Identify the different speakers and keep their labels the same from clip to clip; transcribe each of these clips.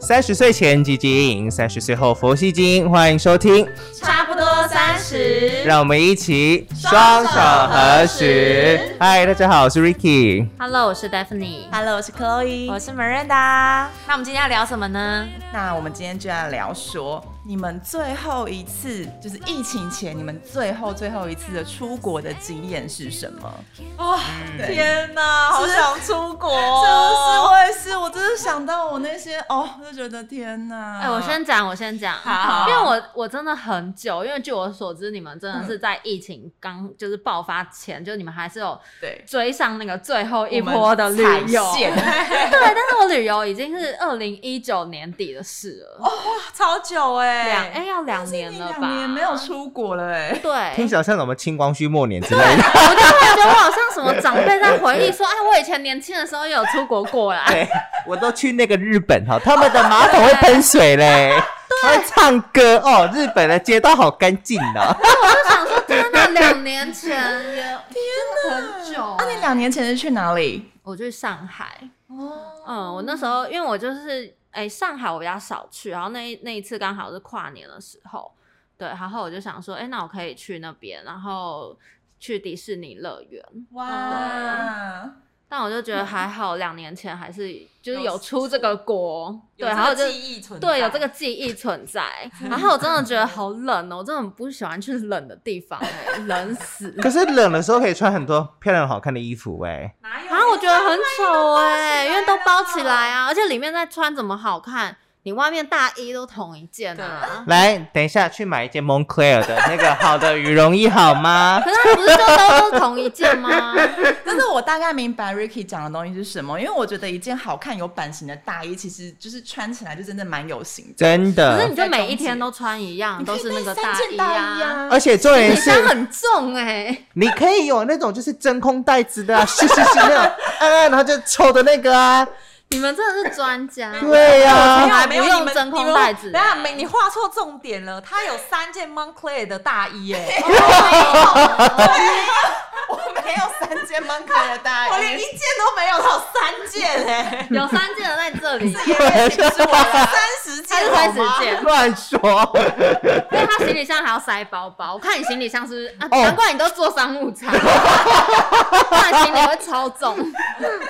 Speaker 1: 三十岁前积极营，三十岁后佛系精英，欢迎收听，
Speaker 2: 差不多三十。
Speaker 1: 让我们一起
Speaker 2: 双手合十。
Speaker 1: 嗨，大家好，我是 Ricky。
Speaker 3: Hello，我是 Daphne，
Speaker 2: Hello，我是 Chloe，
Speaker 3: 我是 Miranda。那我们今天要聊什么呢？
Speaker 2: 那我们今天就要聊说，你们最后一次就是疫情前，你们最后最后一次的出国的经验是什么？
Speaker 3: 嗯
Speaker 2: 哇、哦天哪，好想出国！真是，我也是，我真的想到我那些哦，就觉得天哪！
Speaker 3: 哎、我先讲，我先讲，
Speaker 2: 好
Speaker 3: 因为我我真的很久，因为据我所知，你们真的是在疫情刚就是爆发前，就你们还是有
Speaker 2: 对
Speaker 3: 追上那个最后一波的旅游。
Speaker 2: 我
Speaker 3: 对，
Speaker 2: 们踩线
Speaker 3: 但是我旅游已经是二零一九年底的事了，
Speaker 2: 哦超久哎、
Speaker 3: 两哎、要两年了吧？
Speaker 2: 两年没有出国了哎、
Speaker 3: 对，
Speaker 1: 听起来像什么清光绪末年之 类的，
Speaker 3: 我就会觉得我好像什么长辈在回忆说，哎，我以前年轻的时候也有出国过啦。
Speaker 1: 对我都去那个日本哈，他们的马桶会喷水 嘞，他会唱歌哦，日本的街道好干净哦。
Speaker 3: 我就想说，天哪，两年前也天哪，很久、
Speaker 2: 那、啊你两年前是去哪里？
Speaker 3: 我去上海，
Speaker 2: 哦，
Speaker 3: 嗯，我那时候因为我就是，哎、上海我比较少去，然后那一那一次刚好是跨年的时候，对，然后我就想说，哎、那我可以去那边，然后去迪士尼乐园，
Speaker 2: 哇！
Speaker 3: 但我就觉得还好，两年前还是就是有出这个国，对，
Speaker 4: 有这
Speaker 3: 然
Speaker 4: 个
Speaker 3: 后就
Speaker 4: 记忆存在
Speaker 3: 对有这个记忆存在， 然后我真的觉得好冷哦，我真的很不喜欢去冷的地方、 哎，冷死。
Speaker 1: 可是冷的时候可以穿很多漂亮好看的衣服哎、
Speaker 4: 哪有
Speaker 3: 啊，我觉得很丑哎、因为都包起来啊，而且里面再穿怎么好看？你外面大衣都同一件啊。
Speaker 1: 来，等一下去买一件 Moncler 的那个好的羽绒衣好吗？
Speaker 3: 可是它不是就都都同一 件吗？
Speaker 2: 但是我大概明白 Ricky 讲的东西是什么，因为我觉得一件好看有版型的大衣，其实就是穿起来就真的蛮有型的。
Speaker 1: 真
Speaker 3: 可是
Speaker 1: 的
Speaker 4: 嗯
Speaker 3: 你，就每一天都穿一样，都是那个
Speaker 2: 三件
Speaker 3: 衣
Speaker 2: 大衣
Speaker 3: 啊。
Speaker 1: 而且重点
Speaker 3: 你
Speaker 1: 是，
Speaker 3: 箱很重哎、
Speaker 1: 你可以有那种就是真空袋子 的、啊，是是是那种，嗯、然后就抽的那个啊，
Speaker 3: 你们真的是专家。
Speaker 1: 对呀、
Speaker 3: 我
Speaker 4: 没
Speaker 3: 从
Speaker 1: 啊，
Speaker 3: 来
Speaker 4: 有
Speaker 3: 不
Speaker 4: 没有
Speaker 3: 用
Speaker 4: 你们
Speaker 3: 真空
Speaker 4: 你们
Speaker 3: 袋子
Speaker 4: 等一下，没你画错重点了。他有三件 Moncler 的大衣哎，
Speaker 2: 哎我没有三件 Moncler 的
Speaker 4: 我
Speaker 2: 大
Speaker 4: 连一
Speaker 2: 衣，
Speaker 4: 件都没有，他有三件哎。
Speaker 3: 欸有三件的在这里，
Speaker 2: 是我三十
Speaker 3: 还是
Speaker 2: 件，
Speaker 3: 三十件？
Speaker 1: 乱说，
Speaker 3: 因为他行李箱还要塞包包，我看你行李箱是不是啊？
Speaker 1: 哦
Speaker 3: 难怪你都做商务 舱，不然行李会超重。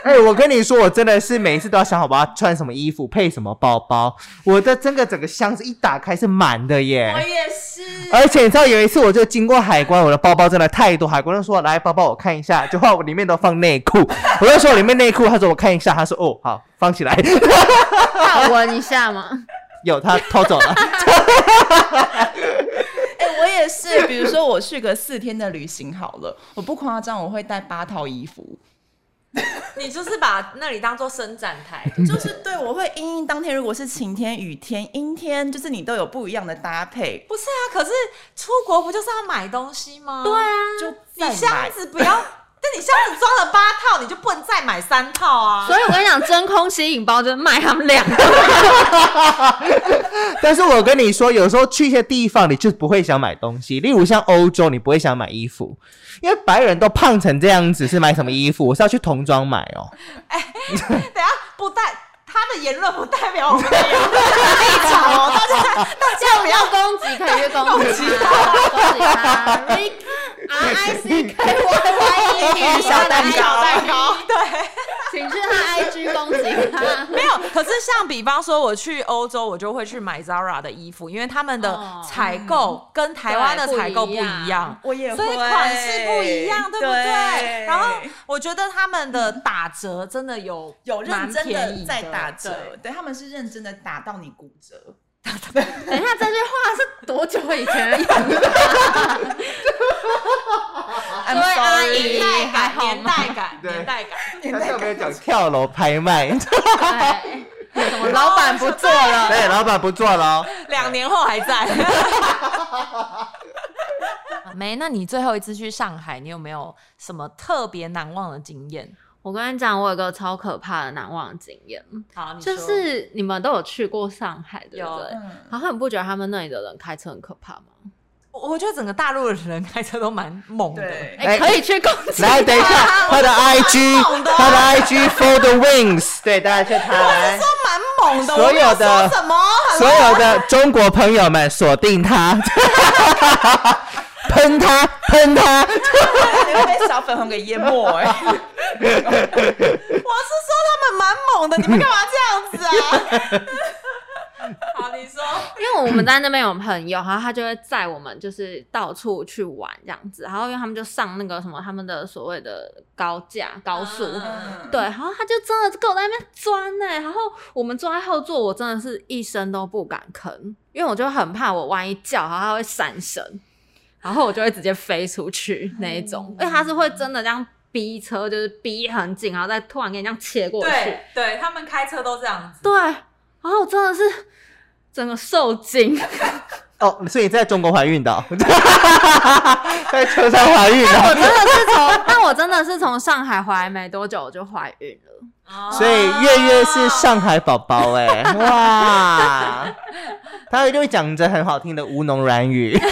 Speaker 1: 哎、我跟你说，我真的是每一次都要想好我要穿什么衣服，配什么包包，我的整个整个箱子一打开是满的耶，
Speaker 2: 也是。
Speaker 1: 而且你知道有一次我就经过海关，我的包包真的太多，海关就说来包包我看一下，就话我里面都放内裤，我就说里面内裤，他说我看一下，他说哦好放起来，
Speaker 3: 那我闻一下嘛。
Speaker 1: 有他偷走了，
Speaker 2: 哎、我也是。比如说我去个四天的旅行好了，我不夸张，我会带八套衣服。
Speaker 4: 你就是把那里当做伸展台，
Speaker 2: 就是对，我会因应当天，如果是晴天、雨天、阴天，就是你都有不一样的搭配。
Speaker 4: 不是啊？可是出国不就是要买东西吗？对啊，
Speaker 2: 就
Speaker 4: 你
Speaker 2: 再买
Speaker 4: 箱子不要， 但你箱子装了八套，你就不能再买三套啊。
Speaker 3: 所以我跟你讲，真空吸引包就是卖他们两 个，
Speaker 1: 但是我跟你说，有时候去一些地方，你就不会想买东西。例如像欧洲，你不会想买衣服，因为白人都胖成这样子，是买什么衣服？我是要去童装买哦。
Speaker 4: 等一下不代他的言论不代表我们的言论立场哦，大家大家不要
Speaker 3: 要攻击可以去攻击他，攻击他。Rick R I C K Y Y E
Speaker 2: 小蛋糕
Speaker 3: 小蛋 糕，
Speaker 4: 对。
Speaker 3: 请去他 I G 攻击他。
Speaker 4: 没有，可是像比方说，我去欧洲，我就会去买 Zara 的衣服，因为他们的
Speaker 3: 哦
Speaker 4: 采购跟台湾的采购不
Speaker 3: 对不
Speaker 4: 一
Speaker 3: 一
Speaker 4: 样
Speaker 3: 样，
Speaker 2: 我也会，
Speaker 4: 所以款式不一样，对不对？然后
Speaker 2: 对
Speaker 4: 我觉得他们的打折真的有
Speaker 2: 有认真
Speaker 4: 蛮便宜
Speaker 2: 的
Speaker 4: 的
Speaker 2: 在打折，，对他们是认真的打到你骨折。
Speaker 3: 等一下，哎这句话是多久以前的 意思？各位
Speaker 2: I'm
Speaker 3: 阿
Speaker 4: 对
Speaker 2: sorry
Speaker 3: 姨
Speaker 4: 年代
Speaker 3: 还
Speaker 4: 感，
Speaker 3: 好吗
Speaker 4: 年代感，
Speaker 1: 对
Speaker 4: 年代感。
Speaker 1: 他特别讲跳楼拍卖，
Speaker 3: 对，什么老板不做了？
Speaker 1: 对，哎老板不做了哦。
Speaker 4: 两年后还在。 没，那你最后一次去上海，你有没有什么特别难忘的经验？
Speaker 3: 我跟你讲，我有个超可怕的难忘经验，
Speaker 4: 好，你说
Speaker 3: 就是你们都有去过上海，对不
Speaker 4: 有
Speaker 3: 对？
Speaker 2: 嗯，
Speaker 3: 然后你不觉得他们那里的人开车很可怕吗？
Speaker 4: 我我觉得整个大陆的人开车都蛮猛的，
Speaker 2: 对
Speaker 3: 哎、
Speaker 1: 哎
Speaker 3: 可以去攻击。
Speaker 1: 来，等一下，他的 IG，
Speaker 4: 懂的
Speaker 3: 哦
Speaker 1: 他的 IG for the wings，对，大家去他来。
Speaker 4: 都蛮猛
Speaker 2: 懂的，
Speaker 1: 所
Speaker 2: 我没
Speaker 1: 有的
Speaker 2: 说什么？
Speaker 1: 所有的中国朋友们锁定他， 喷他，喷他。
Speaker 2: 你会被小粉红给淹没 哎、
Speaker 4: 我是说他们蛮猛的，你们干嘛这样子啊？
Speaker 3: 好，你说， 因为我们在那边有朋友，然后他就会载我们，就是到处去玩这样子。然后因为他们就上那个什么他们的所谓的高架高速，
Speaker 4: 嗯
Speaker 3: 对，然后他就真的跟我在那边钻呢、然后我们坐在后座，我真的是一声都不敢吭，因为我就很怕我万一叫，然后他会闪身，然后我就会直接飞出去那一种。因为他是会真的这样逼车，就是逼很紧，然后再突然给你这样切过去。
Speaker 4: 对对，他们开车都这样子。
Speaker 3: 对，然后我真的是整个受惊。
Speaker 1: 哦，所以在中国怀孕的哦、 在车上怀孕的。
Speaker 3: 真的是从，但我真的是从上海回来没多久我就怀孕了。
Speaker 4: 哦
Speaker 1: 所以月月是上海宝宝 哎，哇！他一定会讲着很好听的吴侬软语。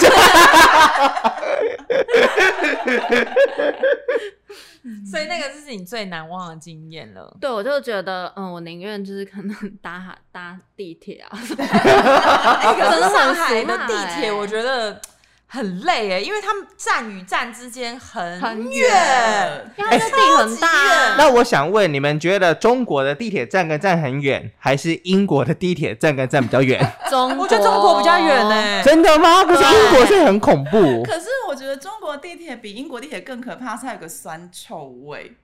Speaker 4: 所以那个是你最难忘的经验了。
Speaker 3: 对，我就觉得，嗯，我宁愿就是可能 搭哈搭地铁啊，
Speaker 4: 哎可
Speaker 3: 真的
Speaker 4: 是
Speaker 3: 很
Speaker 4: 上海
Speaker 3: 俗
Speaker 4: 的
Speaker 3: 辣
Speaker 4: 地铁，
Speaker 3: 哎
Speaker 4: 我觉得很累哎，因为他们站与站之间很
Speaker 3: 很
Speaker 4: 远。
Speaker 3: 因为它地很大啊、
Speaker 1: 那我想问，你们觉得中国的地铁站跟站很远，还是英国的地铁站跟站比较远？
Speaker 3: 中
Speaker 4: 我觉得中国比较远 呢、。欸
Speaker 1: 真的吗？可是英国是很恐怖。
Speaker 2: 可是我觉得中国地铁比英国地铁更可怕，是它有个酸臭味。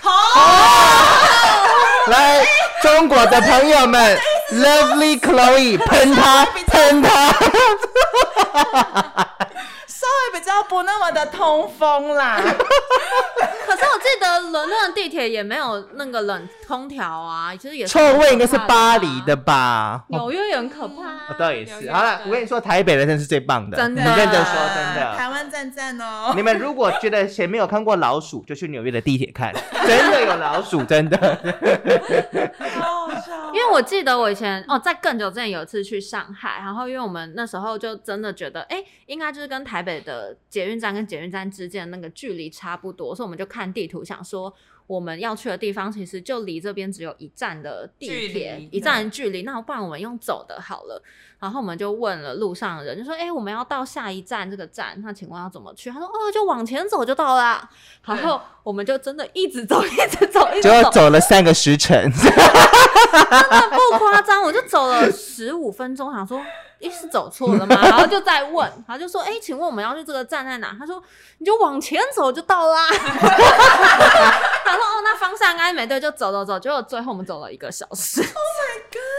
Speaker 1: 来，中国的朋友们，Lovely Chloe，喷 他，喷他。
Speaker 2: 稍微比较不那么的通风 啦，
Speaker 3: 可是我记得伦敦的地铁也没有那个冷空调啊，就是也是
Speaker 1: 臭味应该是巴黎的
Speaker 3: 很可啊
Speaker 1: 吧？
Speaker 3: 怕的啊，纽约也很可怕啊、
Speaker 1: 哦，倒也
Speaker 4: 纽
Speaker 1: 是。
Speaker 4: 约
Speaker 1: 好了，我跟你说，台北的真是最棒的，
Speaker 3: 真的
Speaker 1: 你认真说，
Speaker 2: 啊
Speaker 1: 真的。
Speaker 2: 台湾站站哦
Speaker 1: 你，们如果觉得前面有看过老鼠，就去纽约的地铁看，真的有老鼠，真的。
Speaker 4: 好好笑
Speaker 3: 因为我记得我以前哦，在更久之前有一次去上海，然后因为我们那时候就真的觉得，哎、应该就是跟台北的捷运站跟捷运站之间的那个距离差不多，所以我们就看地图想说。我们要去的地方其实就离这边只有一站的地
Speaker 4: 距离嗯
Speaker 3: 铁，一站的距离。那不然我们用走的好了。然后我们就问了路上的人，就说：“哎、我们要到下一站这个站，那请问要怎么去？”他说：“哦，就往前走就到啦。”然后我们就真的一直走， 一直走，一直
Speaker 1: 结果走了三个时辰，
Speaker 3: 不啊夸张，我就走了十五分钟，想说，诶、是走错 了吗？然后就再问，然后就说，诶，请问我们要去这个站在哪？他说，你就往前走就到 啦。他说，哦，那方向应该没对，就走走走。结果最后我们走了一个小时，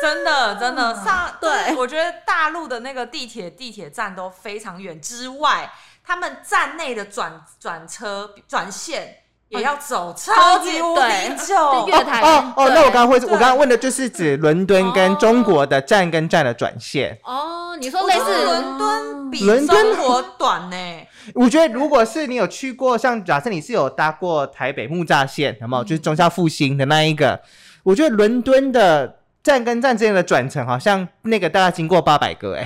Speaker 4: 真的真的上
Speaker 3: 对
Speaker 4: 我觉得大陆的那个地铁地铁站都非常远，之外，他们站内的转转车转线也要走超级无敌
Speaker 3: 对
Speaker 4: 久
Speaker 3: 就。月 台
Speaker 1: 哦哦，那我刚刚会，
Speaker 4: 对
Speaker 1: 我刚刚问的就是指伦敦跟中国的站跟站的转线。
Speaker 3: 哦，你说
Speaker 4: 我
Speaker 3: 类
Speaker 4: 觉得
Speaker 3: 似
Speaker 4: 伦敦比
Speaker 1: 伦敦
Speaker 4: 中国短欸呢、
Speaker 1: 我觉得如果是你有去过，像假设你是有搭过台北木栅线，有没有？就是中下复兴的那一个，我觉得伦敦的站跟站之间的转乘，好像那个大概经过八百个、欸，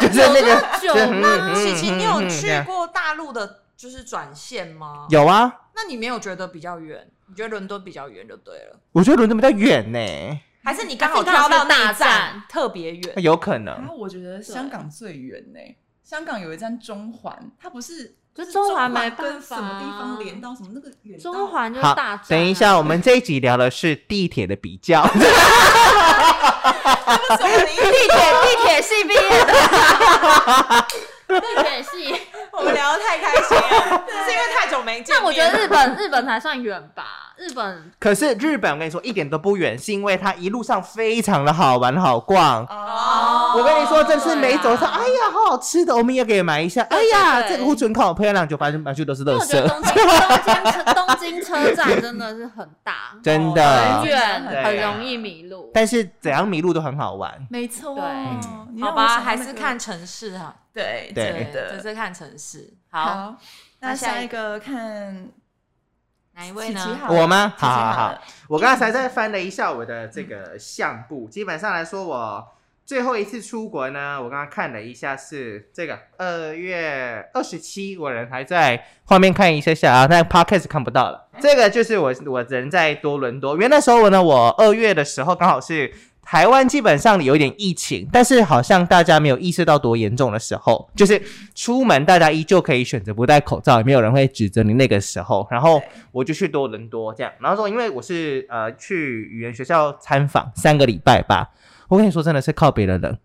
Speaker 1: 哎，就是那个
Speaker 3: 有
Speaker 1: 就是
Speaker 3: 那么久吗
Speaker 1: 嗯嗯
Speaker 4: 琪琪，你有
Speaker 1: 嗯嗯这
Speaker 4: 去
Speaker 1: 样
Speaker 4: 过大陆的，就是转线吗？
Speaker 1: 有啊，
Speaker 4: 那你没有觉得比较远？你觉得伦敦比较远就对了，
Speaker 1: 我觉得伦敦比较远呢、
Speaker 4: 还是你刚
Speaker 3: 还
Speaker 4: 好
Speaker 3: 是刚
Speaker 4: 挑
Speaker 3: 好
Speaker 4: 到
Speaker 3: 是
Speaker 4: 那
Speaker 3: 大
Speaker 4: 一站
Speaker 3: 站
Speaker 4: 特别远？
Speaker 1: 有可能
Speaker 2: 然。啊后我觉得香港最远呢、香港有一站中环，它不是
Speaker 3: 就是中环
Speaker 2: 环
Speaker 3: 没办
Speaker 2: 跟什
Speaker 3: 法
Speaker 2: 么地方连到什么那个远到
Speaker 3: 中环就是
Speaker 1: 好
Speaker 3: 大、啊站。
Speaker 1: 等一下，，我们这一集聊的是地铁的比较，
Speaker 3: 地铁地铁系毕业的， 地铁系。
Speaker 4: 我们聊得太开心了，是因为太 久没见面。
Speaker 3: 但我觉得日本日本才算远吧，日本
Speaker 1: 可是日本我跟你说一点都不远，是因为它一路上非常的好玩好逛。
Speaker 4: 哦
Speaker 1: 我跟你说，真是每走
Speaker 3: 对
Speaker 1: 上，哎
Speaker 3: 啊
Speaker 1: 呀，好好吃的，我们也给买一下。哎呀，
Speaker 3: 对
Speaker 1: 这个护唇口漂亮，就发现满去都是
Speaker 3: 因为
Speaker 1: 垃
Speaker 3: 我觉得
Speaker 1: 圾，
Speaker 3: 东京东京车东京车站真的是很大，
Speaker 1: 真
Speaker 3: 很
Speaker 1: 的。
Speaker 3: 远，
Speaker 1: 对啊
Speaker 3: 很容易迷路。
Speaker 1: 但是怎样迷路都很好玩。
Speaker 2: 没错
Speaker 3: 对
Speaker 1: 嗯，
Speaker 2: 哦你让
Speaker 4: 好
Speaker 2: 我
Speaker 4: 吧，
Speaker 2: 想到
Speaker 4: 还
Speaker 2: 那
Speaker 4: 是
Speaker 2: 个
Speaker 4: 看城市哈、
Speaker 2: 对
Speaker 1: 对
Speaker 2: 真
Speaker 4: 对，就
Speaker 2: 的
Speaker 4: 是看城市。好，
Speaker 2: 好。那
Speaker 4: 那下
Speaker 2: 下
Speaker 4: 一
Speaker 2: 一个看
Speaker 4: 哪一位
Speaker 2: 琪琪
Speaker 4: 呢？
Speaker 2: 好了，
Speaker 1: 我吗？
Speaker 2: 琪琪
Speaker 1: 好好
Speaker 2: 好
Speaker 1: 好
Speaker 2: 了，，
Speaker 1: 我刚才在翻了一下我的这个相簿，基本上来说，我最后一次出国呢，我刚刚看了一下是这个二月二十七，我人还在画面看一下下啊，但 podcast 看不到了。这个就是我我人在多伦多，因为那时候呢，我二月的时候刚好是台湾基本上有一点疫情，但是好像大家没有意识到多严重的时候，就是出门大家依旧可以选择不戴口罩，也没有人会指责你那个时候。然后我就去多伦多这样，然后说因为我是呃去语言学校参访三个礼拜吧，我跟你说真的是靠别人冷，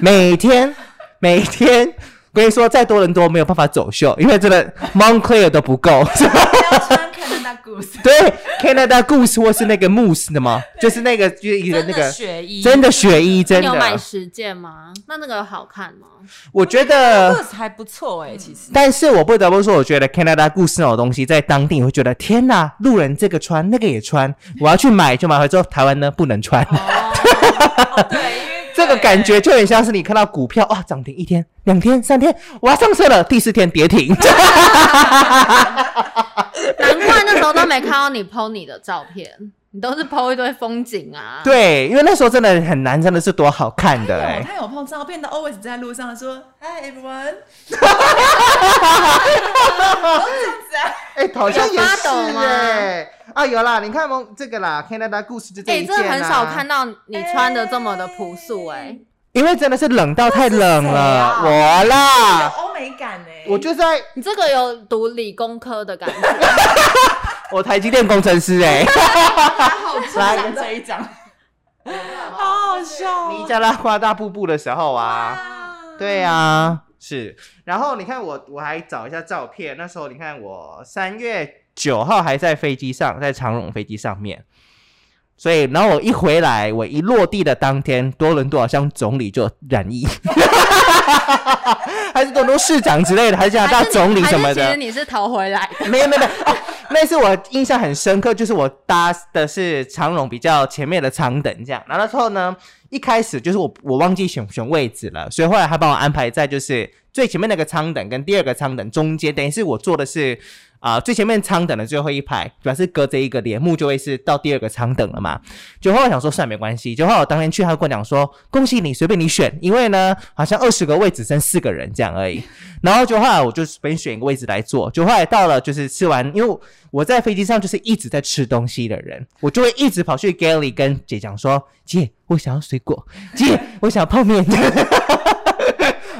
Speaker 1: 每天每天。我跟你说，在多伦多没有办法走秀，因为真的 Montclair 都不够，
Speaker 2: 要穿 Canada Goose，
Speaker 1: 对，Canada Goose 或是那个 Moose 的嘛，就是那个就是一个
Speaker 4: 真
Speaker 1: 那
Speaker 4: 的
Speaker 1: 个
Speaker 4: 雪衣，
Speaker 1: 真的雪衣，真
Speaker 3: 你有买
Speaker 1: 的，
Speaker 3: 十件吗？那那个好看吗？
Speaker 1: 我觉得。
Speaker 4: 还不错哎、其实
Speaker 1: 但是我不得不说，我觉得 Canada Goose 那种东西在当地，你会觉得天哪，路人这个穿，那个也穿，我要去买就买回之后，台湾呢不能穿，
Speaker 4: 哦对，因为
Speaker 1: 这个感觉就很像是你看到股票啊涨停一天、两天、三天，我要上车了，第四天跌停，
Speaker 3: 难怪那时候都没看到你 PO 你的照片，你都是 PO 一堆风景啊。，
Speaker 1: 对，因为那时候真的很难，真的是多好看的 哎、
Speaker 2: 有他有碰照片的 always 在路上说 Hi everyone，
Speaker 1: 哎、好像也
Speaker 3: 有发
Speaker 1: 是
Speaker 3: 抖吗
Speaker 1: 哎、啊，有啦，你看蒙这个啦，Canada 故事就这
Speaker 3: 哎、
Speaker 1: 一件、
Speaker 3: 真
Speaker 1: 啊
Speaker 3: 的很少看到你穿的这么的朴素哎、
Speaker 1: 因为真的是啊冷到太冷了，
Speaker 2: 那是谁
Speaker 1: 我
Speaker 2: 有
Speaker 1: 啦，
Speaker 2: 欧美感呢、
Speaker 1: 我就在
Speaker 3: 你这个有读理工科的感觉，
Speaker 1: 我台积电工程师哎、
Speaker 2: 来这一张，
Speaker 4: 好好笑
Speaker 1: 尼
Speaker 4: 哦。
Speaker 1: 加拉瓜大瀑布的时候啊，
Speaker 4: 啊
Speaker 1: 对啊，是。然后你看我，我还找一下照片，那时候你看我三月九号还在飞机上，在长荣飞机上面。所以，然后我一回来，我一落地的当天，多伦多好像总理就染疫， 还是多伦多市长之类的，还是加拿大
Speaker 3: 还是你
Speaker 1: 总理什么
Speaker 3: 还是其
Speaker 1: 的
Speaker 3: 实。你是逃回来的，
Speaker 1: 没有没有没有、哦，那次我印象很深刻，就是我搭的是长荣比较前面的长等这样，然后之后呢，一开始就是我我忘记选选位置了，所以后来他帮我安排在就是最前面那个舱等跟第二个舱等中间，等于是我坐的是啊、最前面舱等的最后一排，主要是隔着一个帘幕就会是到第二个舱等了嘛。就后来想说算了没关系，就后来我当天去他就跟我讲说恭喜你随便你选，因为呢好像二十个位置剩四个人这样而已。然后就后来我就随便选一个位置来坐，就后来到了就是吃完，因为我在飞机上就是一直在吃东西的人，我就会一直跑去 Gally 跟姐讲说，姐我想要水果，姐我想要泡面。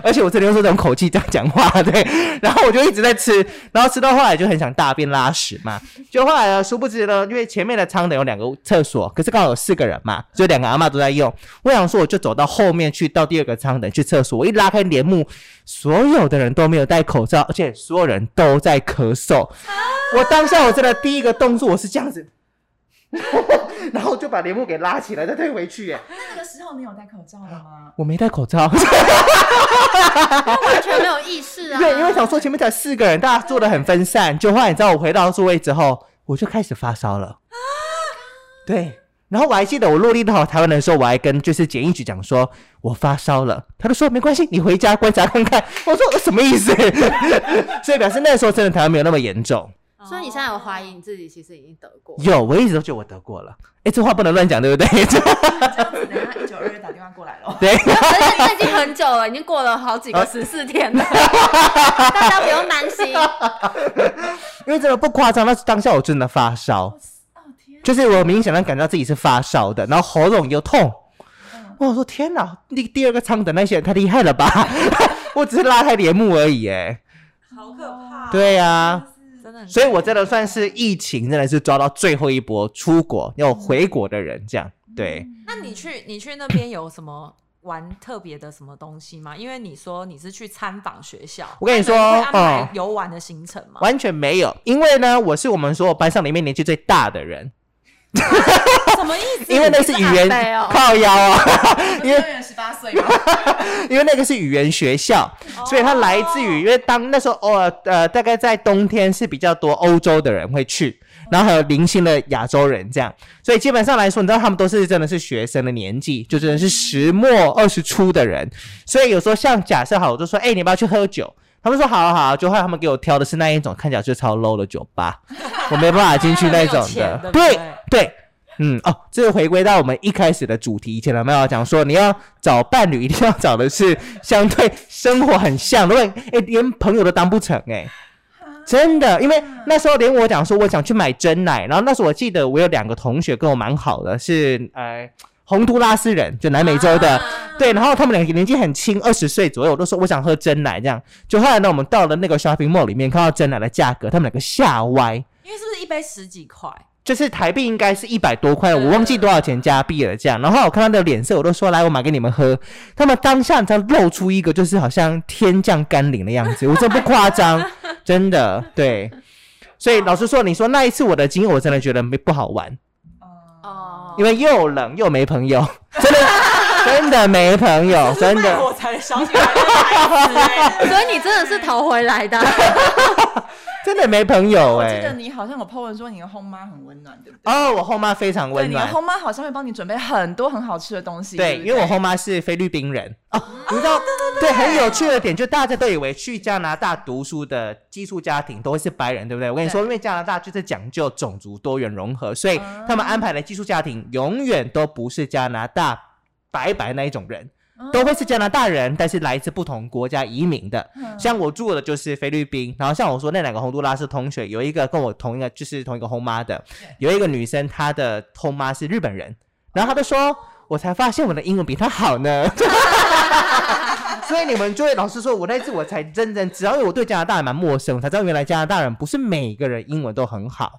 Speaker 1: 而且我这里又是这种口气这样讲话，对，然后我就一直在吃，然后吃到后来就很想大便拉屎嘛，就后来呢，殊不知呢，因为前面的舱等有两个厕所，可是刚好有四个人嘛，所以两个阿嬷都在用。我想说，我就走到后面去，到第二个舱等去厕所。我一拉开帘幕，所有的人都没有戴口罩，而且所有人都在咳嗽。我当下我真的第一个动作我是这样子，然后就把帘幕给拉起来，再退回去耶。
Speaker 2: 那个时候你有戴口罩的吗？
Speaker 1: 我没戴口罩。
Speaker 3: 完全没有意识 啊。
Speaker 1: 对，因为想说前面才四个人，大家坐的很分散，就后来你知道我回到座位之后，我就开始发烧了。对，然后我还记得我落地到台湾的时候，我还跟就是检疫局讲说我发烧了，他就说没关系，你回家观察看看。我说我呃什么意思？ 所以表示那时候真的台湾没有那么严重。
Speaker 3: 所以你现在有怀疑你自己其实已经得过，
Speaker 1: 有，我一直都觉得我得过了。哎，这话不能乱讲，对不对？
Speaker 2: 这样子，等下一九二打电话过来了。
Speaker 1: 对。
Speaker 3: 而且那已经很久了，已经过了好几
Speaker 1: 呃
Speaker 3: 个十四 天了，大家不用担心。
Speaker 1: 因为真的不夸张，那是当下我真的发
Speaker 2: 哦
Speaker 1: 烧，就是我明显能感觉到自己是发烧的，然后喉咙又痛。我说天哪，那第二个舱的那些人太厉害了吧！ 我只是拉开帘幕而已，哎，
Speaker 4: 好可怕，
Speaker 1: 对呀、啊，
Speaker 4: 真的很。
Speaker 1: 所以我真的算是疫情，真的是抓到最后一波出国要回国的人，这样
Speaker 3: 嗯
Speaker 1: 对。
Speaker 4: 那你去你去那边有什么玩特别的什么东西吗？因为你说你是去参访学校，
Speaker 1: 我跟你说
Speaker 4: 那们会安
Speaker 1: 嗯
Speaker 4: 排游玩的行程吗？
Speaker 1: 完全没有，因为呢，我是我们所有班上里面年纪最大的人，
Speaker 4: 什么意思？
Speaker 1: 因为那是语言
Speaker 3: 你是阿伯哦
Speaker 1: 靠腰啊，因为
Speaker 2: 为十八岁嘛，
Speaker 1: 因为那个是语言学校，所以它来自于，因为当那时候偶尔呃，大概在冬天是比较多欧洲的人会去，然后还有零星的亚洲人这样，所以基本上来说，你知道他们都是真的是学生的年纪，就真的是十末二十出的人，所以有时候像假设好，我就说，哎、你要不要去喝酒？他们说好啊好啊，就后来他们给我挑的是那一种看起来就超 low 的酒吧，我没办法进去那种
Speaker 4: 因为没有钱对不
Speaker 1: 对
Speaker 4: 对
Speaker 1: 对，嗯，哦，这就回归到我们一开始的主题，以前有没有讲说你要找伴侣，一定要找的是相对生活很像，如果哎、连朋友都当不成哎、真的，因为那时候连我讲说我想去买真奶，然后那时候我记得我有两个同学跟我蛮好的，是呃洪都拉斯人，就南美洲
Speaker 3: 啊
Speaker 1: 的，对，然后他们两个年纪很轻，二十岁左右，我都说我想喝真奶这样，就后来呢，我们到了那个 shopping mall 里面看到真奶的价格，他们两个吓歪，
Speaker 4: 因为是不是一杯十几块？
Speaker 1: 就是台币应该是一百多块，
Speaker 2: 嗯
Speaker 4: 对
Speaker 1: 我忘记多少钱加币了这样。然后我看他的脸色，我都说来，我买给你们喝。他们当下你知道露出一个就是好像天降甘霖的样子，我真不夸张， 真的对。所以老实说，你说那一次我的经验，我真的觉得没不好玩，
Speaker 3: 哦，
Speaker 1: 因为又冷又没朋友，真的 真的没朋友，哦真的。
Speaker 4: 我才想起来这个 牌子欸
Speaker 3: 所以你真的是逃回来的啊，
Speaker 1: 真的没朋友
Speaker 2: 哦我
Speaker 1: 哎、
Speaker 2: 记得你好像有 po 文说你的后妈很温暖，对不对？
Speaker 1: 哦，我后妈非常
Speaker 2: 对，
Speaker 1: 温
Speaker 2: 你的
Speaker 1: 暖。
Speaker 2: 后妈好像会帮你准备很多很好吃的东西。
Speaker 1: 对，
Speaker 2: 不
Speaker 1: 因为我后妈是菲律宾人哦，你知道，对很有趣的点，就大家都以为去加拿大读书的寄宿家庭都会是白人，对不对？嗯我跟你说，因为加拿大就是讲究种族多元融合，所以他们安排的寄宿家庭永远都不是加拿大白白那一种人。都会是加拿大人，但是来自不同国家移民的。像我住的就是菲律宾，然后像我说那两个洪都拉斯同学，有一个跟我同一个就是同一个后妈的，有一个女生她的后妈是日本人，然后她就说，我才发现我的英文比她好 呢。所以你们就会老实说，我那次我才真正知道，因为我对加拿大还蛮陌生，我才知道原来加拿大人不是每个人英文都很好。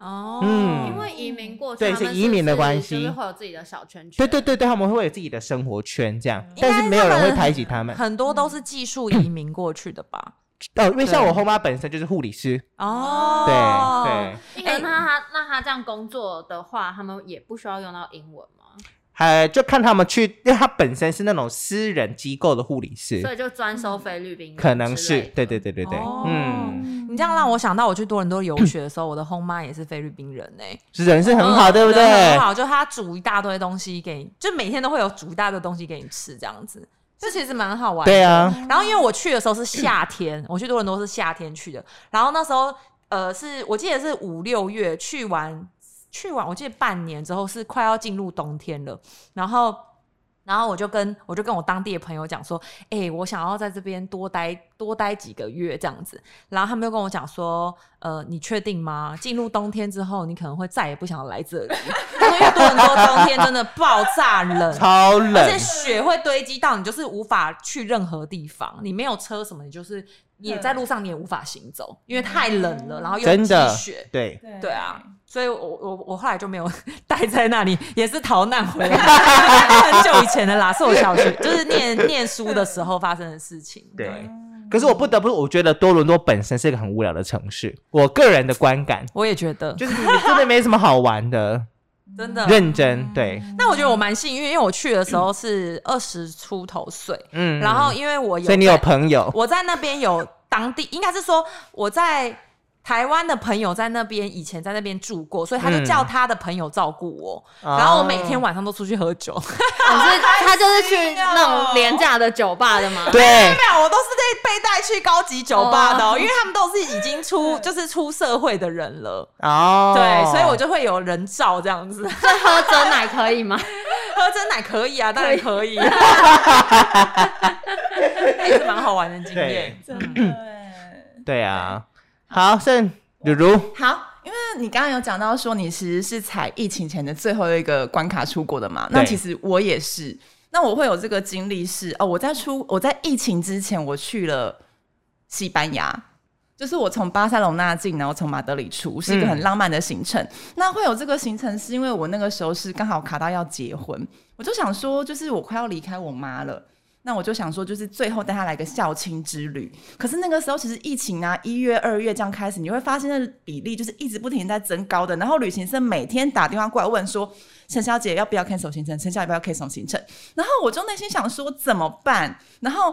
Speaker 3: 哦，
Speaker 1: 嗯
Speaker 3: 因为移民过去，
Speaker 1: 对
Speaker 3: 他们
Speaker 1: 是移民的关系
Speaker 3: 就是会有自己的小圈圈，
Speaker 1: 对对，对对，他们会有自己的生活圈这样，
Speaker 4: 应该
Speaker 1: 但是没有人
Speaker 4: 他
Speaker 1: 会
Speaker 4: 们
Speaker 1: 排挤他们。
Speaker 4: 很多都是技术移民过去的吧？
Speaker 1: 哦，因为像我后妈本身就是护理师，
Speaker 4: 哦，
Speaker 1: 对对，
Speaker 3: 那他那他这样工作的话，他们也不需要用到英文吗？
Speaker 1: 还就看他们去，因为她本身是那种私人机构的护理师
Speaker 3: 所，以就专收菲律宾人之类的，
Speaker 1: 可能是对对对对对，
Speaker 4: 哦
Speaker 1: 嗯，
Speaker 4: 你这样让我想到，我去多伦多游学的时候，我的后妈也是菲律宾人哎、
Speaker 1: 是人是很好，
Speaker 4: 嗯
Speaker 1: 对不对？
Speaker 4: 人很好，就她煮一大堆东西给你，就每天都会有煮一大堆东西给你吃，这样子，这其实蛮好玩的。
Speaker 1: 对啊，
Speaker 4: 然后因为我去的时候是夏天，我去多伦多是夏天去的，然后那时候呃是我记得是五六月去完去完，我记得半年之后是快要进入冬天了，然后。然后我就跟我就跟我当地的朋友讲说，哎、我想要在这边多待多待几个月这样子。然后他们就跟我讲说，呃，你确定吗？进入冬天之后，你可能会再也不想来这里。他说因为多伦多冬天真的爆炸嗯冷，
Speaker 1: 超
Speaker 4: 而且
Speaker 1: 冷，
Speaker 4: 雪会堆积到你，就是无法去任何地方。你没有车什么，你就是也在路上你也无法行走，因为太冷了，然后又
Speaker 1: 真
Speaker 4: 积
Speaker 1: 的
Speaker 4: 雪。
Speaker 1: 对，
Speaker 2: 对
Speaker 4: 对啊，，所以我我我后来就没有待在那里，也是逃难回来， 很久以前的啦，是我小学就是念念书的时候发生的事情。
Speaker 1: 对
Speaker 4: 对，
Speaker 1: 可是我不得不，我觉得多伦多本身是一个很无聊的城市，我个人的观感
Speaker 4: 我也觉得
Speaker 1: 就是你真的没什么好玩的，
Speaker 4: 真的。
Speaker 1: 认真对，
Speaker 4: 那我觉得我蛮幸运，因为我去的时候是二十出头岁，
Speaker 1: 嗯，
Speaker 4: 然后因为我有
Speaker 1: 所以你有
Speaker 4: 在
Speaker 1: 朋 友，
Speaker 4: 我在那边有当地，应该是说我在台湾的朋友在那边以前在那边住过，所以他就叫他的朋友照顾我，然后我每天
Speaker 1: 玩，
Speaker 4: 晚上都出去喝 酒，
Speaker 3: 哦，所以他就是去那种廉价的酒吧的 嘛。
Speaker 1: 对，
Speaker 4: 没有，我都是被被带去高级酒吧的、哦，
Speaker 3: 哦
Speaker 4: 因为他们都是已经 出就是出社会的人了，
Speaker 1: 哦，
Speaker 4: 对，所以我就会有人照这样子，
Speaker 3: 所以喝真奶可以吗？
Speaker 4: 喝真奶可以啊，当然可 以，那哎也是蛮好玩的经验，
Speaker 2: 真的欸。
Speaker 1: 对啊，好，剩如如，
Speaker 2: 好，因为你刚刚有讲到说你其实是才疫情前的最后一个关卡出国的嘛，那
Speaker 1: 对
Speaker 2: 其实我也是。那我会有这个经历是哦，我在出我在疫情之前我去了西班牙。就是我从巴塞隆纳进，然后从马德里出，是一个很浪漫的行程。那会有这个行程，是因为我那个时候是刚好卡到要结婚，我就想说，就是我快要离开我妈了，那我就想说，就是最后带她来个孝亲之旅。可是那个时候其实疫情啊，一月、二月这样开始，你会发现那比例就是一直不停地在增高的。然后旅行社每天打电话过来问说：“陈小姐要不要 cancel 行程？陈小姐要不要 cancel 行程？”然后我就内心想说怎么办？然后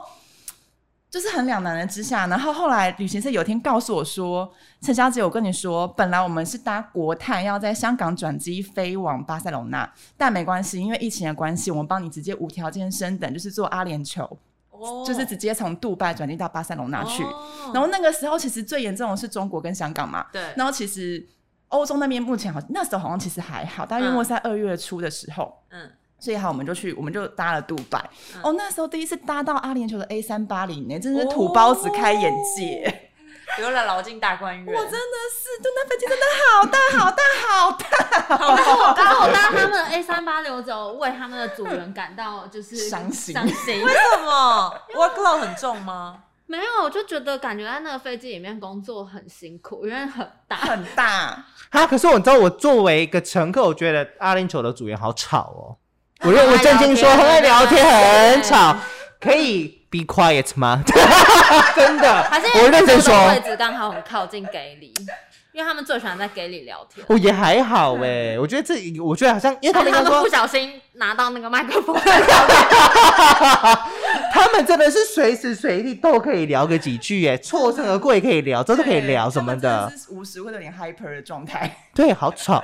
Speaker 2: 就是很两难的之下，然后后来旅行社有一天告诉我说：“陈小姐，我跟你说，本来我们是搭国泰要在香港转机飞往巴塞隆纳，但没关系，因为疫情的关系，我们帮你直接无条件升等，就是坐阿联酋，就是直接从杜拜转机到巴塞隆纳去。
Speaker 4: 哦
Speaker 2: 然后那个时候其实最严重的是中国跟香港嘛，
Speaker 4: 对
Speaker 2: 然后其实。欧洲那边目前好，那时候好像其实还好，大约
Speaker 3: 嗯
Speaker 2: 末在二月初的时候，
Speaker 3: 嗯，
Speaker 2: 所以好，我们就去，我们就搭了杜拜。
Speaker 3: 嗯
Speaker 2: 哦，那时候第一次搭到阿联酋的 A 三八零呢，真是土包子开眼界。
Speaker 4: 留了老进大观园，
Speaker 2: 我真的是，就那飞机真的好大好大 好大，
Speaker 3: 然后我当他们的 A 三八流走，为他们的主人感到就是
Speaker 2: 伤心
Speaker 3: 伤心。
Speaker 4: 为什么 workload 很重吗？
Speaker 3: 没有，我就觉得感觉在那个飞机里面工作很辛苦，因为很
Speaker 1: 哦
Speaker 3: 大。
Speaker 2: 很大。
Speaker 1: 啊，可是我知道，我作为一个乘客，我觉得阿联酋的组员好吵 哦。我认我震惊说，很爱聊天，很吵，可以 be quiet 吗？ 真的
Speaker 3: 还是，因为
Speaker 1: 我认真说，
Speaker 3: 那个位置刚好很靠近给里，因为他们最喜欢在给里聊天。
Speaker 1: 我也还好
Speaker 2: 啊
Speaker 1: 哎、我觉得这，我觉得好像，因为他
Speaker 3: 但
Speaker 1: 们
Speaker 3: 是
Speaker 1: 刚
Speaker 3: 他
Speaker 1: 说
Speaker 3: 们不小心拿到那个麦克 风，
Speaker 1: 他们真的是随时随地都可以聊个几句， 哎，错身而过也可以聊， 这都可以聊什么
Speaker 2: 他们
Speaker 1: 的
Speaker 2: 真，是无时会有点 hyper 的状态。
Speaker 1: 对，好吵哦。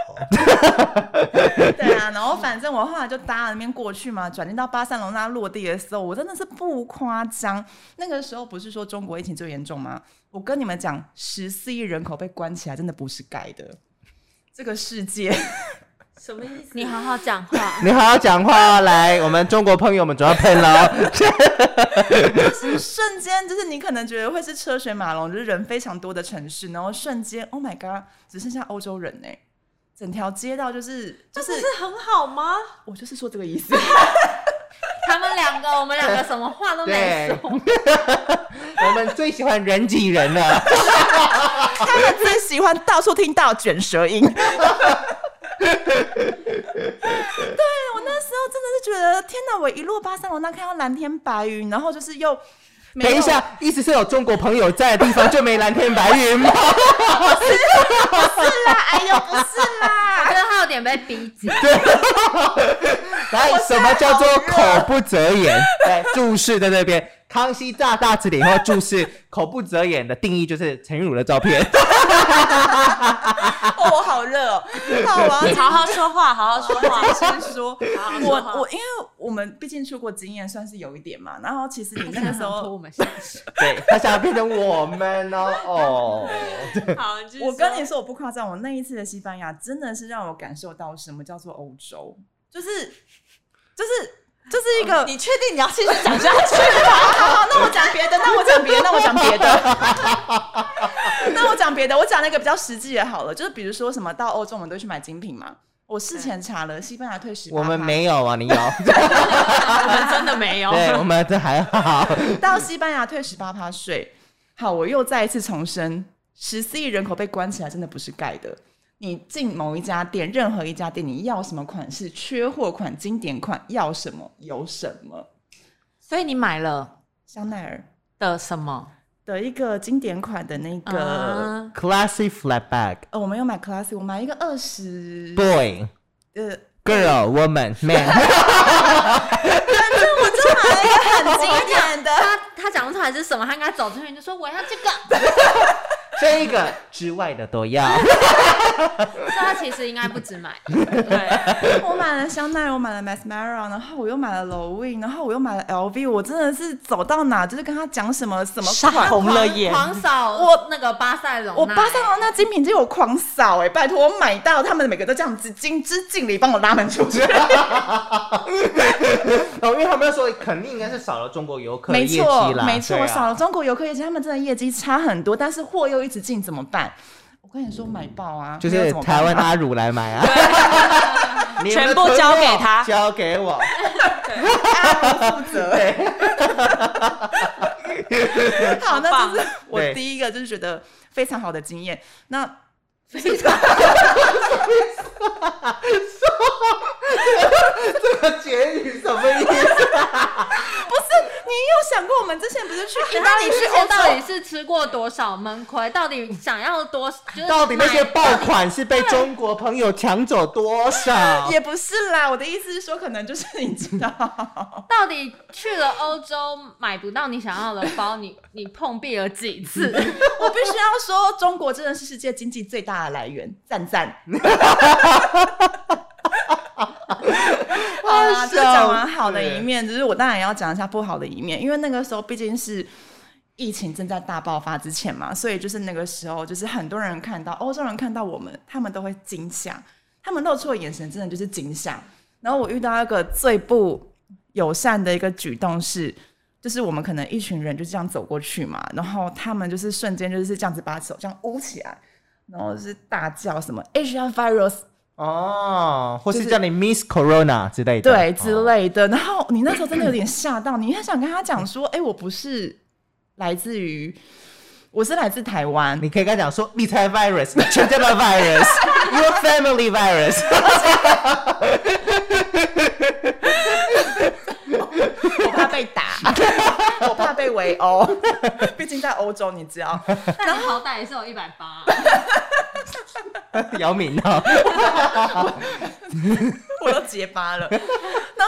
Speaker 2: 对啊，然后反正我后来就搭了那边过去嘛，转进到巴塞隆纳落地的时候，我真的是不夸张。那个时候不是说中国疫情最严重吗？我跟你们讲，十四亿人口被关起来，真的不是盖的。这个世界，
Speaker 4: 什么意思？
Speaker 3: 你好好讲话。
Speaker 1: 你好好讲话哦，来，我们中国朋友们总要喷了 哦。
Speaker 2: 就是瞬间，就是你可能觉得会是车水马龙，就是人非常多的城市，然后瞬间，Oh my God，只剩下欧洲人呢、整条街道就是就
Speaker 4: 这
Speaker 2: 是
Speaker 4: 不，是很好 吗？
Speaker 2: 我就是说这个意思。
Speaker 3: 他们两个，我们两个什么话都没
Speaker 1: 对
Speaker 3: 说，，
Speaker 1: 我们最喜欢人挤人了。
Speaker 2: 他们最喜欢到处听到卷舌音。 对我那时候真的是觉得，天哪！我一路巴塞罗那看到蓝天白云，然后就是又 没有
Speaker 1: 等一，下，意思是有中国朋友在的地方就没蓝天白云吗？
Speaker 2: 是啦，哎呦，不是
Speaker 3: 我
Speaker 2: 啦，
Speaker 3: 觉得他有点被逼急。
Speaker 1: 来，什么叫做口不择言？来，注释在这边，康熙大大词典以后注释，口不择言的定义就是陈韵如的照片。
Speaker 2: 哦，我好热哦，好，我要
Speaker 4: 好好说话，好好说话。
Speaker 2: 先说，
Speaker 4: 说
Speaker 2: 我
Speaker 4: 话
Speaker 2: 我因为我们毕竟出国经验算是有一点嘛，然后其实你那个时
Speaker 3: 我
Speaker 2: 候，
Speaker 3: 们下去，
Speaker 1: 对他想要变成我们哦哦，
Speaker 4: 好，你继续
Speaker 2: 我跟你说我不夸张，我那一次的西班牙真的是让我感受到什么叫做欧洲，就是就是就是一个
Speaker 4: 说，你确定你要继续讲下去？
Speaker 2: 好好，那我讲别的，那我讲别的，那我讲别的，那我讲别的，我讲那个比较实际的好了，就是比如说什么到欧洲我们都去买精品嘛，我事前查了西班牙退十，
Speaker 1: 我们没有啊，你有？
Speaker 4: 我们真的没有
Speaker 1: 对，我们这还好。
Speaker 2: 到西班牙退十八趴税。好，我又再一次重申，十四亿人口被关起来，真的不是盖的。你进某一家店，任何一家店，你要什么款式，缺货款、经典款，要什么有什么。
Speaker 4: 所以你买了
Speaker 2: 香奈儿
Speaker 4: 的什么？
Speaker 2: 的一个经典款的那个，
Speaker 3: 呃
Speaker 4: 啊
Speaker 1: Classy flat bag
Speaker 2: 呃，我没有买 classy，我买一个二十，
Speaker 1: boy
Speaker 2: 呃，
Speaker 1: girl woman man，
Speaker 2: 我就买了一个很经典的。
Speaker 3: 他他讲不出来是什么，他应该走出去就说我要这个，
Speaker 1: 这一个之外的都 要。
Speaker 3: 所以他其实应该不止买。
Speaker 4: 对，
Speaker 2: 我买了香奈儿，我买了 Mass Mara，然后我又买了 Louis，然后我又买了 LV，我真的是走到哪就是跟他讲什么什么款，
Speaker 4: 红了眼。
Speaker 3: 狂扫
Speaker 2: 我
Speaker 3: 我那个巴塞隆纳，
Speaker 2: 我巴塞罗那精品街我狂扫哎、拜托我买到他们每个都这样子尽之尽力帮我拉门出去，
Speaker 1: 哦，因为他们那时候肯定应该是少了中国游客的
Speaker 2: 没
Speaker 1: 业绩
Speaker 2: 错
Speaker 1: 啦，
Speaker 2: 没错，
Speaker 1: 对啊
Speaker 2: 少了中国游客业绩，他们真的业绩差很多，但是货又一直进怎么办？我跟你说买爆啊，
Speaker 1: 就
Speaker 2: 没有
Speaker 1: 是
Speaker 2: 怎么办
Speaker 1: 台湾阿乳来买啊， 你们的
Speaker 4: 全部交给他
Speaker 1: 朋友交给我。
Speaker 2: 阿不负责。
Speaker 1: 哎
Speaker 2: 好，那这是我
Speaker 1: 对
Speaker 2: 第一个就是觉得非常好的经验。那
Speaker 3: 非常
Speaker 1: 这个结语什么意思？
Speaker 2: 不是你有想过我们之前不是去意大利去
Speaker 3: 之
Speaker 2: 欧
Speaker 3: 前欸到
Speaker 2: 洲？
Speaker 3: 底是吃过多少闷亏？到底想要多？就是
Speaker 1: 到底那些
Speaker 3: 买
Speaker 1: 爆款是被中国朋友抢走多少？
Speaker 2: 也不是啦，我的意思是说，可能就是你知道，
Speaker 3: 到底去了欧洲买不到你想要的包，你你碰壁了几 次？
Speaker 2: 我必须要说，中国真的是世界经济最大的来源，赞赞。 好啦，就讲完好的一面，只是我当然也要讲一下不好的一面，因为那个时候毕竟是。疫情正在大爆发之前嘛，所以就是那个时候，就是很多人看到欧洲人看到我们，他们都会惊吓，他们露出的眼神真的就是惊吓。然后我遇到一个最不友善的一个举动是，就是我们可能一群人就这样走过去嘛，然后他们就是瞬间就是这样子把手这样捂起来，然后就是大叫什么 Asian virus，
Speaker 1: 哦，或
Speaker 2: 就是是
Speaker 1: 叫你 Miss Corona 之类的，
Speaker 2: 对
Speaker 1: 哦
Speaker 2: 之类的。然后你那时候真的有点吓到，你很想跟他讲说：“哎、我不是来自于，我是来自台湾。”
Speaker 1: 你可以跟他讲说，你才 virus，全家的 virus，your family virus，
Speaker 2: 我怕被打， 我怕被围殴，毕竟在欧洲，你知道。
Speaker 3: 但你好歹也是有一百八，啊
Speaker 1: 姚明 哦，
Speaker 2: 我都结巴了。然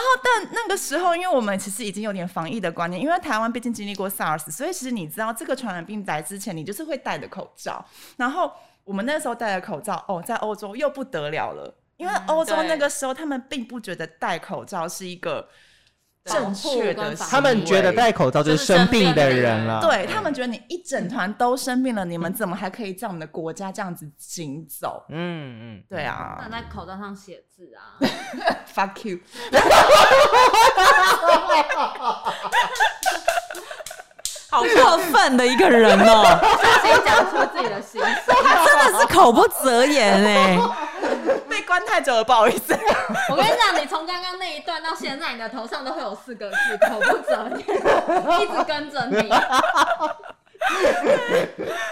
Speaker 2: 后，但那个时候，因为我们其实已经有点防疫的观念，因为台湾毕竟经历过 SARS，所以其实你知道这个传染病来之前，你就是会戴着口罩。然后我们那时候戴着口罩，哦，在欧洲又不得了了，因为欧洲
Speaker 3: 嗯对
Speaker 2: 那个时候他们并不觉得戴口罩是一个正确
Speaker 3: 保护
Speaker 2: 的
Speaker 3: 跟
Speaker 2: 行为，
Speaker 3: 防疫
Speaker 1: 他们觉得戴嗯口罩就是生病的人了，
Speaker 2: 对他们觉得你一整团都生病了，你们怎么还可以在我们的国家这样子行走？
Speaker 1: 嗯嗯，
Speaker 2: 对啊，
Speaker 3: 但在口罩上写字啊，
Speaker 2: fuck you。
Speaker 4: 好过分的一个人哦，
Speaker 3: 先讲出自己的心声。
Speaker 4: 真的是口不择言哎、
Speaker 2: 被关太久了，不好意思。
Speaker 3: 我跟你讲，你从刚刚那一段到现在，你的头上都会有四个字“口不择言”，一直跟着你。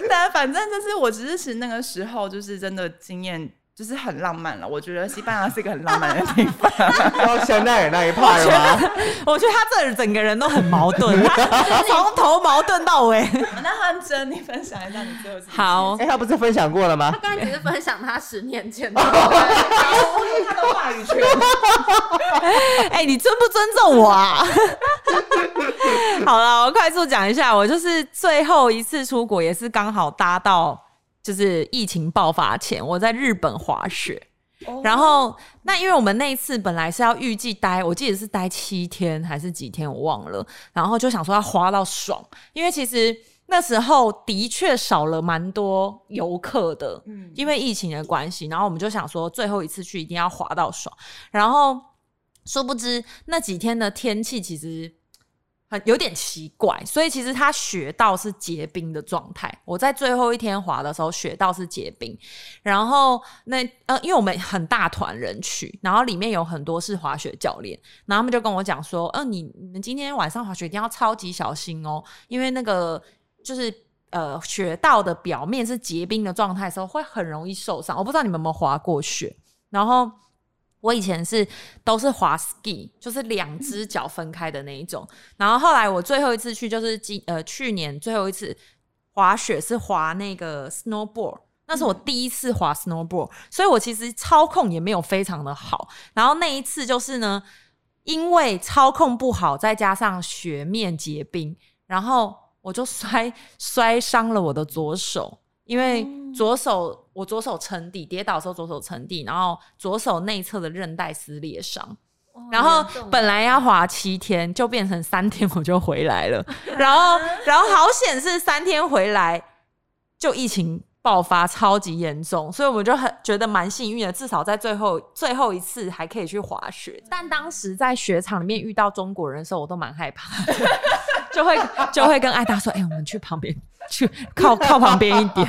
Speaker 2: 但反正就是，我只是使那个时候就是真的经验就是很浪漫了。我觉得西班牙是一个很浪漫的地方。
Speaker 1: 然后香嗯哦奈儿那一派吗？
Speaker 4: 我觉得他这整个人都很矛盾，他从头矛盾到尾。
Speaker 2: 那汉真，你分享一下你最后是
Speaker 4: 好，
Speaker 1: 哎，他不是分享过了吗
Speaker 3: 他？刚才只是分享他十年前的，
Speaker 2: 他的话语权。
Speaker 4: 哎、你尊不尊重我啊？ 好了，我快速讲一下，我就是最后一次出国，也是刚好搭到就是疫情爆发前，我在日本滑雪。然后，那因为我们那一次本来是要预计待，我记得是待七天还是几天，我忘了。然后就想说要花到爽，因为其实那时候的确少了蛮多游客的，
Speaker 2: 嗯
Speaker 4: 因为疫情的关系。然后我们就想说最后一次去一定要滑到爽。然后殊不知那几天的天气其实很有点奇怪，所以其实它雪道是结冰的状态。我在最后一天滑的时候，雪道是结冰，然后那呃，因为我们很大团人去，然后里面有很多是滑雪教练，然后他们就跟我讲说，嗯、你你们今天晚上滑雪一定要超级小心哦，因为那个就是。呃，雪道的表面是结冰的状态的时候，会很容易受伤。我不知道你们有没有滑过雪，然后我以前是都是滑 ski，就是两只脚分开的那一种。然后后来我最后一次去就是今呃去年最后一次滑雪是滑那个 snowboard。那是我第一次滑 snowboard，所以我其实操控也没有非常的好。然后那一次就是呢，因为操控不好，再加上雪面结冰，然后我就摔摔伤了我的左手，因为左手我左手撑地，跌倒的时候左手撑地，然后左手内侧的韧带撕裂伤。 然
Speaker 3: 哦
Speaker 4: 后
Speaker 3: 啊
Speaker 4: 本来要滑七天，就变成三天我就回来了。 然后，然后好险是三天回来，就疫情爆发超级严重，所以我们就很觉得蛮幸运的，至少在最后最后一次还可以去滑雪。但当时在雪场里面遇到中国人的时候，我都蛮害怕的， 就会就会跟艾达说：“哎、我们去旁边，去 靠靠旁边一点。”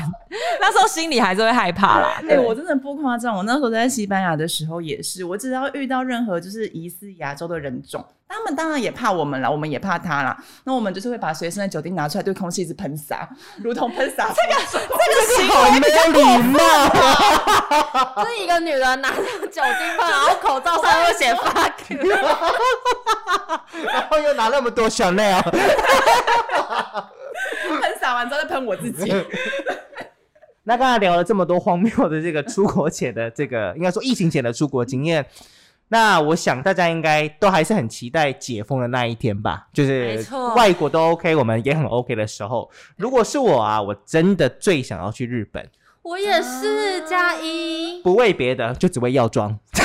Speaker 4: 那时候心里还是会害怕啦。
Speaker 2: 哎、我真的不夸张，我那时候在西班牙的时候也是，我只要遇到任何就是疑似亚洲的人种，他们当然也怕我们啦，我们也怕他啦。那我们就是会把随身的酒精拿出来，对空气一直喷洒，如同喷洒。这个
Speaker 1: 这个好没有礼貌啊！
Speaker 3: 是一个女人拿着酒精棒，然后口罩上又写 fuck you，
Speaker 1: 然后又拿那么多香奈哦儿，
Speaker 2: 喷洒完之后再喷我自己。
Speaker 1: 那刚才聊了这么多荒谬的这个出国前的这个，应该说疫情前的出国经验。那我想大家应该都还是很期待解封的那一天吧，就
Speaker 4: 没
Speaker 1: 是
Speaker 4: 错
Speaker 1: 外国都 OK，我们也很 OK 的时候。如果是我啊，我真的最想要去日本，
Speaker 3: 我也是加一，
Speaker 1: 不为别的，就只为药妆。
Speaker 3: 啊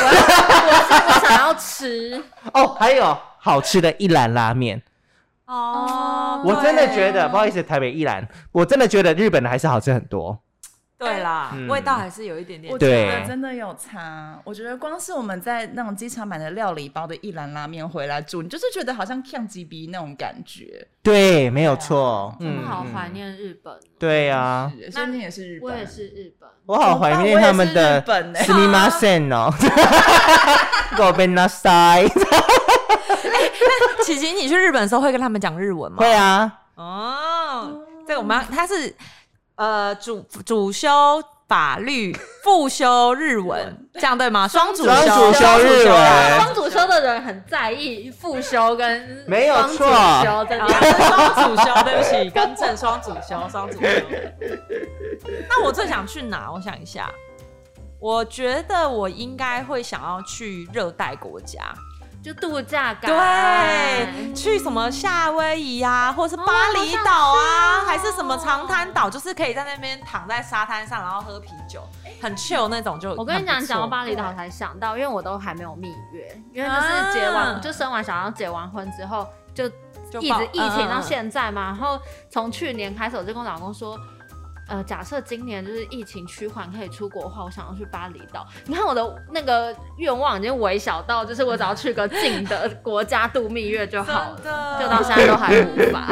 Speaker 3: 我想要吃，
Speaker 1: 哦，还有好吃的一兰拉面。
Speaker 3: 哦
Speaker 1: 我真的
Speaker 4: 对啊
Speaker 1: 觉得，不好意思，台北一兰，我真的觉得日本的还是好吃很多。
Speaker 4: 对啦，
Speaker 1: 嗯
Speaker 4: 味道还是有一点点
Speaker 2: 我
Speaker 1: 对
Speaker 2: 觉得真的有差。我觉得光是我们在那种机场买的料理包的一篮拉面回来煮，你就是觉得好像呛鸡鼻那种感觉。
Speaker 1: 对，没有错。
Speaker 3: 真的
Speaker 1: 嗯，
Speaker 3: 啊好怀
Speaker 1: 嗯。
Speaker 3: 念日本哦。
Speaker 1: 对呀，
Speaker 2: 是所以你也是日本，
Speaker 3: 我也是日本。
Speaker 1: 我好怀念他们的
Speaker 2: 怎么办我也是
Speaker 1: すみ ません哦。ごめんなさい。
Speaker 4: 琪琪，你去日本的时候会跟他们讲日文吗？
Speaker 1: 会啊，
Speaker 4: 哦，这个我们要它是呃主主修法律，副修日文，这样对吗？双主
Speaker 1: 双主修
Speaker 4: 双
Speaker 1: 日文
Speaker 4: 啊
Speaker 1: 哎
Speaker 3: 双主修的人很在意复修跟
Speaker 1: 没有
Speaker 3: 双主
Speaker 1: 错
Speaker 3: 修这
Speaker 4: 啊
Speaker 3: 件
Speaker 4: 是双主修，对不起，更正，双主修，双主修。那我最想去哪？我想一下，我觉得我应该会想要去热带国家，
Speaker 3: 就度假感。
Speaker 4: 对，去什么夏威夷啊，或是巴厘岛啊，
Speaker 3: 哦好想去哦
Speaker 4: 还是什么长滩岛，就是可以在那边躺在沙滩上，然后喝啤酒，很 chill 那种就很不错。
Speaker 3: 我跟你讲，讲到巴厘岛才想到，因为我都还没有蜜月，因为就是结完、
Speaker 4: 啊
Speaker 3: 就生完小孩，然后结完婚之后就
Speaker 4: 就
Speaker 3: 一
Speaker 4: 报
Speaker 3: 直疫情到
Speaker 4: 嗯嗯嗯
Speaker 3: 现在嘛，然后从去年开始我就跟我老公说。呃，假设今年就是疫情趋缓，可以出国的话，我想要去巴厘岛。你看我的那个愿望已经微小到，就是我只要去个近的国家度蜜月就好
Speaker 4: 嗯真
Speaker 3: 了，
Speaker 4: 的，
Speaker 3: 就到现在都还无 法。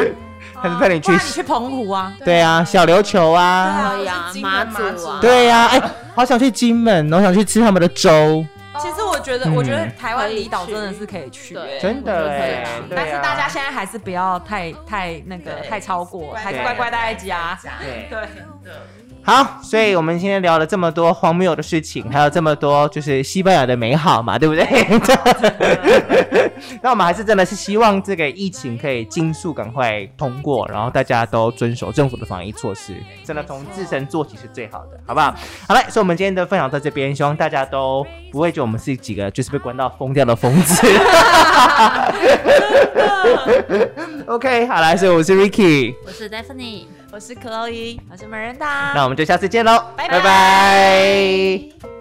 Speaker 1: 还是带你
Speaker 4: 不
Speaker 1: 去
Speaker 4: 然你去澎湖啊，
Speaker 1: 对啊，小琉球啊，
Speaker 3: 可以啊
Speaker 2: 我是，金门
Speaker 3: 马
Speaker 2: 马祖
Speaker 3: 祖啊，
Speaker 1: 对呀，哎，好想去金门，我想去吃他们的粥，
Speaker 4: 其实我觉得，
Speaker 1: 嗯
Speaker 4: 我觉得台湾离岛真的是可以去、
Speaker 3: 哦对
Speaker 4: 欸
Speaker 1: 真的哎
Speaker 3: 我觉得可以去。
Speaker 1: 对啊
Speaker 4: 但是大家现在还是不要太太那个
Speaker 2: 对
Speaker 4: 太超过，还是乖乖待在家。
Speaker 1: 对。
Speaker 4: 对，
Speaker 1: 好，所以我们今天聊了这么多荒谬的事情，还有这么多就是西班牙的美好嘛，对不对？ 那我们还是真的是希望这个疫情可以尽速赶快通过，然后大家都遵守政府的防疫措施，真的从自身做起是最好的，好不好？好嘞，所以我们今天的分享到这边，希望大家都不会觉得我们是几个就是被关到疯掉的疯子。OK，好啦，所以我是 Ricky，
Speaker 3: 我是 Daphne。
Speaker 2: 我是 Chloe。
Speaker 4: 我是美人达，
Speaker 1: 那我们就下次见喽，
Speaker 4: 拜
Speaker 1: 拜拜